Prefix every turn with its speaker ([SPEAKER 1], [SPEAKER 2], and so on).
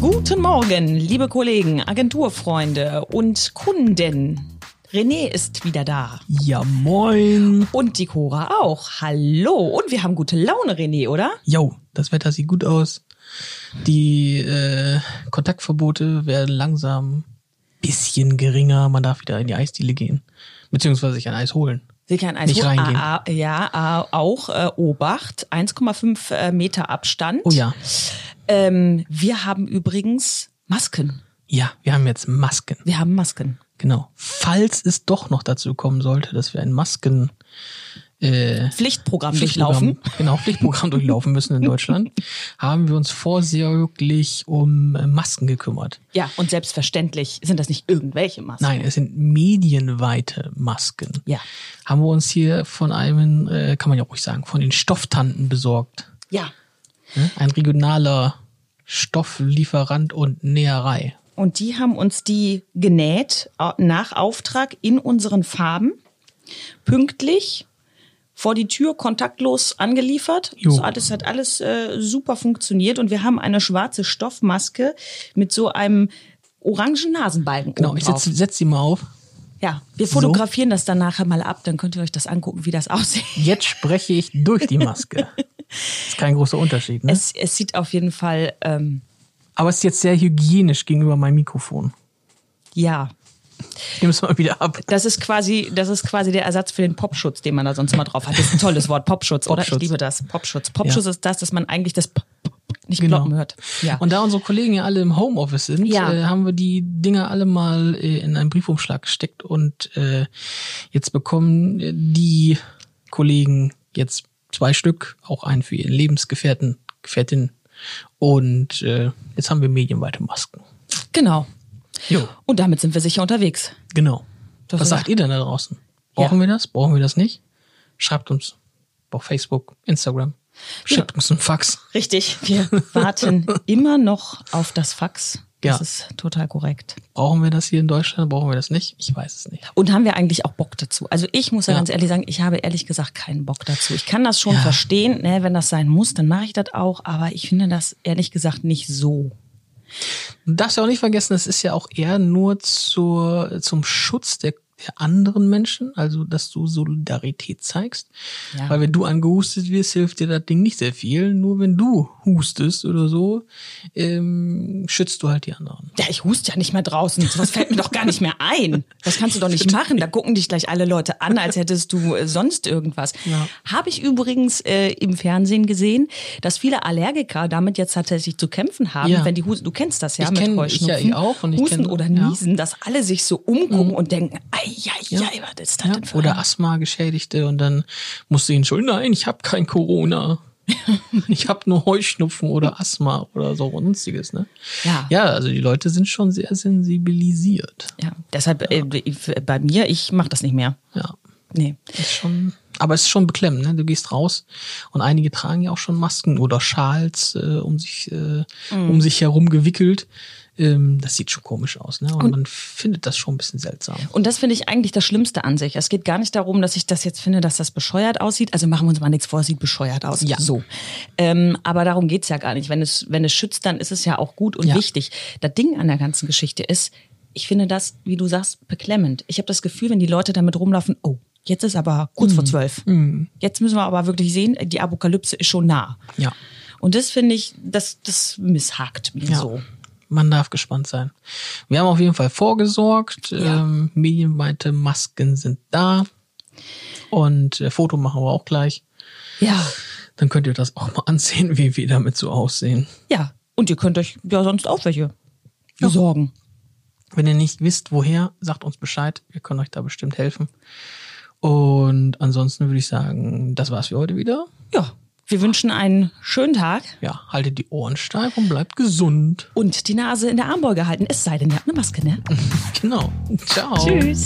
[SPEAKER 1] Guten Morgen, liebe Kollegen, Agenturfreunde und Kunden. René ist wieder da.
[SPEAKER 2] Ja, moin.
[SPEAKER 1] Und die Cora auch. Hallo. Und wir haben gute Laune, René, oder?
[SPEAKER 2] Jo, das Wetter sieht gut aus. Die äh, Kontaktverbote werden langsam bisschen geringer. Man darf wieder in die Eisdiele gehen. Beziehungsweise sich ein Eis holen.
[SPEAKER 1] Sich ein Eis
[SPEAKER 2] Nicht
[SPEAKER 1] holen.
[SPEAKER 2] reingehen.
[SPEAKER 1] Ah, ah, ja, ah, auch äh, Obacht. 1,5 äh, Meter Abstand.
[SPEAKER 2] Oh ja.
[SPEAKER 1] Ähm, wir haben übrigens Masken.
[SPEAKER 2] Ja, wir haben jetzt Masken.
[SPEAKER 1] Wir haben Masken.
[SPEAKER 2] Genau. Falls es doch noch dazu kommen sollte, dass wir ein Masken äh,
[SPEAKER 1] Pflichtprogramm
[SPEAKER 2] Pflichtprogramm-
[SPEAKER 1] durchlaufen.
[SPEAKER 2] Genau, Pflichtprogramm durchlaufen müssen in Deutschland, haben wir uns vorsorglich um äh, Masken gekümmert.
[SPEAKER 1] Ja, und selbstverständlich sind das nicht irgendwelche Masken.
[SPEAKER 2] Nein, es sind medienweite Masken.
[SPEAKER 1] Ja.
[SPEAKER 2] Haben wir uns hier von einem, äh, kann man ja ruhig sagen, von den Stofftanten besorgt.
[SPEAKER 1] Ja. Hm?
[SPEAKER 2] Ne? Ein regionaler Stofflieferant und Näherei.
[SPEAKER 1] Und die haben uns die genäht äh, nach Auftrag in unseren Farben, pünktlich vor die Tür kontaktlos angeliefert.
[SPEAKER 2] Jo.
[SPEAKER 1] So, das hat alles äh, super funktioniert und wir haben eine schwarze Stoffmaske mit so einem orangen Nasenbalken
[SPEAKER 2] Genau,
[SPEAKER 1] oben
[SPEAKER 2] ich
[SPEAKER 1] drauf.
[SPEAKER 2] setze setz die mal auf.
[SPEAKER 1] Ja, wir fotografieren das dann nachher mal ab, dann könnt ihr euch das angucken, wie das aussieht.
[SPEAKER 2] Jetzt spreche ich durch die Maske. ist kein großer Unterschied. Ne?
[SPEAKER 1] Es, es sieht auf jeden Fall, ähm,
[SPEAKER 2] Aber es ist jetzt sehr hygienisch gegenüber meinem Mikrofon.
[SPEAKER 1] ja,
[SPEAKER 2] Ich nehme es mal wieder ab.
[SPEAKER 1] Das ist quasi, das ist quasi der Ersatz für den Popschutz, den man da sonst immer drauf hat. Das ist ein tolles Wort, Popschutz, oder? Ich
[SPEAKER 2] Popschutz.
[SPEAKER 1] liebe das. Popschutz. Popschutz ist das, dass man eigentlich das P -P -P nicht
[SPEAKER 2] Genau.
[SPEAKER 1] kloppen hört. Ja.
[SPEAKER 2] Und da unsere Kollegen ja alle im Homeoffice sind,
[SPEAKER 1] Ja.
[SPEAKER 2] äh, haben wir die Dinger alle mal äh, in einen Briefumschlag gesteckt und äh, jetzt bekommen äh, die Kollegen jetzt zwei Stück, auch einen für ihren Lebensgefährten, Gefährtin. Und äh, jetzt haben wir medienweite Masken.
[SPEAKER 1] genau.
[SPEAKER 2] Jo,
[SPEAKER 1] Und damit sind wir sicher unterwegs.
[SPEAKER 2] genau.
[SPEAKER 1] Das
[SPEAKER 2] Was
[SPEAKER 1] ist-
[SPEAKER 2] sagt ihr denn da draußen? Brauchen wir das? Brauchen wir das nicht? Schreibt uns auf Facebook, Instagram. Schickt uns einen Fax.
[SPEAKER 1] Richtig. Wir warten immer noch auf das Fax. Das
[SPEAKER 2] Ja.
[SPEAKER 1] ist total korrekt.
[SPEAKER 2] Brauchen wir das hier in Deutschland? Brauchen wir das nicht? Ich weiß es nicht.
[SPEAKER 1] Und haben wir eigentlich auch Bock dazu? Also ich muss ja,
[SPEAKER 2] Ja.
[SPEAKER 1] ganz ehrlich sagen, ich habe ehrlich gesagt keinen Bock dazu. Ich kann das schon
[SPEAKER 2] Ja.
[SPEAKER 1] verstehen, ne? wenn das sein muss, dann mache ich das auch. Aber ich finde das ehrlich gesagt nicht so.
[SPEAKER 2] Du darfst ja auch nicht vergessen, es ist ja auch eher nur zur, zum Schutz der, der anderen Menschen, also dass du Solidarität zeigst.
[SPEAKER 1] Ja.
[SPEAKER 2] Weil wenn du angehustet wirst, hilft dir das Ding nicht sehr viel. Nur wenn du hustest oder so, ähm, schützt du halt die anderen.
[SPEAKER 1] Ja, ich hust ja nicht mehr draußen. Sowas fällt mir doch gar nicht mehr ein. Das kannst du doch nicht machen. Da gucken dich gleich alle Leute an, als hättest du äh, sonst irgendwas.
[SPEAKER 2] Ja.
[SPEAKER 1] Habe ich übrigens äh, im Fernsehen gesehen, dass viele Allergiker damit jetzt tatsächlich zu kämpfen haben,
[SPEAKER 2] Ja.
[SPEAKER 1] wenn die Husten. Du kennst das ja
[SPEAKER 2] Ich
[SPEAKER 1] mit
[SPEAKER 2] kenn- ich ja,
[SPEAKER 1] Heuschnupfen,
[SPEAKER 2] ich auch und ich
[SPEAKER 1] Husten
[SPEAKER 2] kenn-
[SPEAKER 1] oder
[SPEAKER 2] ja. Mhm.
[SPEAKER 1] Niesen, dass alle sich so umgucken und denken, ei, ei, ei, was ist das denn für
[SPEAKER 2] Oder
[SPEAKER 1] ein-
[SPEAKER 2] Asthma-Geschädigte und dann musst du ihn schon, nein, ich habe kein Corona. ich habe nur Heuschnupfen oder Asthma oder so sonstiges. Ne?
[SPEAKER 1] Ja.
[SPEAKER 2] ja, also die Leute sind schon sehr sensibilisiert.
[SPEAKER 1] Ja, deshalb äh, ich- bei mir, ich mache das nicht mehr.
[SPEAKER 2] Ja.
[SPEAKER 1] Nee.
[SPEAKER 2] Ist schon, aber es ist schon beklemmend, ne? Du gehst raus und einige tragen ja auch schon Masken oder Schals äh, um sich äh, um sich herum gewickelt. Ähm, das sieht schon komisch aus, ne? Und, man findet das schon ein bisschen seltsam.
[SPEAKER 1] Und das finde ich eigentlich das Schlimmste an sich. Es geht gar nicht darum, dass ich das jetzt finde, dass das bescheuert aussieht. Also machen wir uns mal nichts vor, es sieht bescheuert aus.
[SPEAKER 2] Ja.
[SPEAKER 1] So. Ähm, aber darum geht's ja gar nicht. Wenn es, wenn es schützt, dann ist es ja auch gut und
[SPEAKER 2] Ja.
[SPEAKER 1] wichtig. Das Ding an der ganzen Geschichte ist, ich finde das, wie du sagst, beklemmend. Ich habe das Gefühl, wenn die Leute damit rumlaufen, oh, jetzt ist aber kurz
[SPEAKER 2] Mhm.
[SPEAKER 1] vor zwölf. Jetzt müssen wir aber wirklich sehen, die Apokalypse ist schon nah.
[SPEAKER 2] Ja.
[SPEAKER 1] Und das finde ich, das, das misshakt mir
[SPEAKER 2] Ja.
[SPEAKER 1] so.
[SPEAKER 2] Man darf gespannt sein. Wir haben auf jeden Fall vorgesorgt.
[SPEAKER 1] Ja.
[SPEAKER 2] Ähm, medienweite Masken sind da. Und äh, Foto machen wir auch gleich.
[SPEAKER 1] Ja.
[SPEAKER 2] Dann könnt ihr das auch mal ansehen, wie wir damit so aussehen.
[SPEAKER 1] Ja. Und ihr könnt euch ja sonst auch welche besorgen.
[SPEAKER 2] Wenn ihr nicht wisst, woher, sagt uns Bescheid. Wir können euch da bestimmt helfen. Und ansonsten würde ich sagen, das war's für heute wieder.
[SPEAKER 1] Ja, wir wünschen einen schönen Tag
[SPEAKER 2] Ja, haltet die Ohren steif und bleibt gesund.
[SPEAKER 1] und die Nase in der Armbeuge halten. Es sei denn, ihr habt eine Maske, ne?
[SPEAKER 2] Genau. Ciao.
[SPEAKER 1] Tschüss.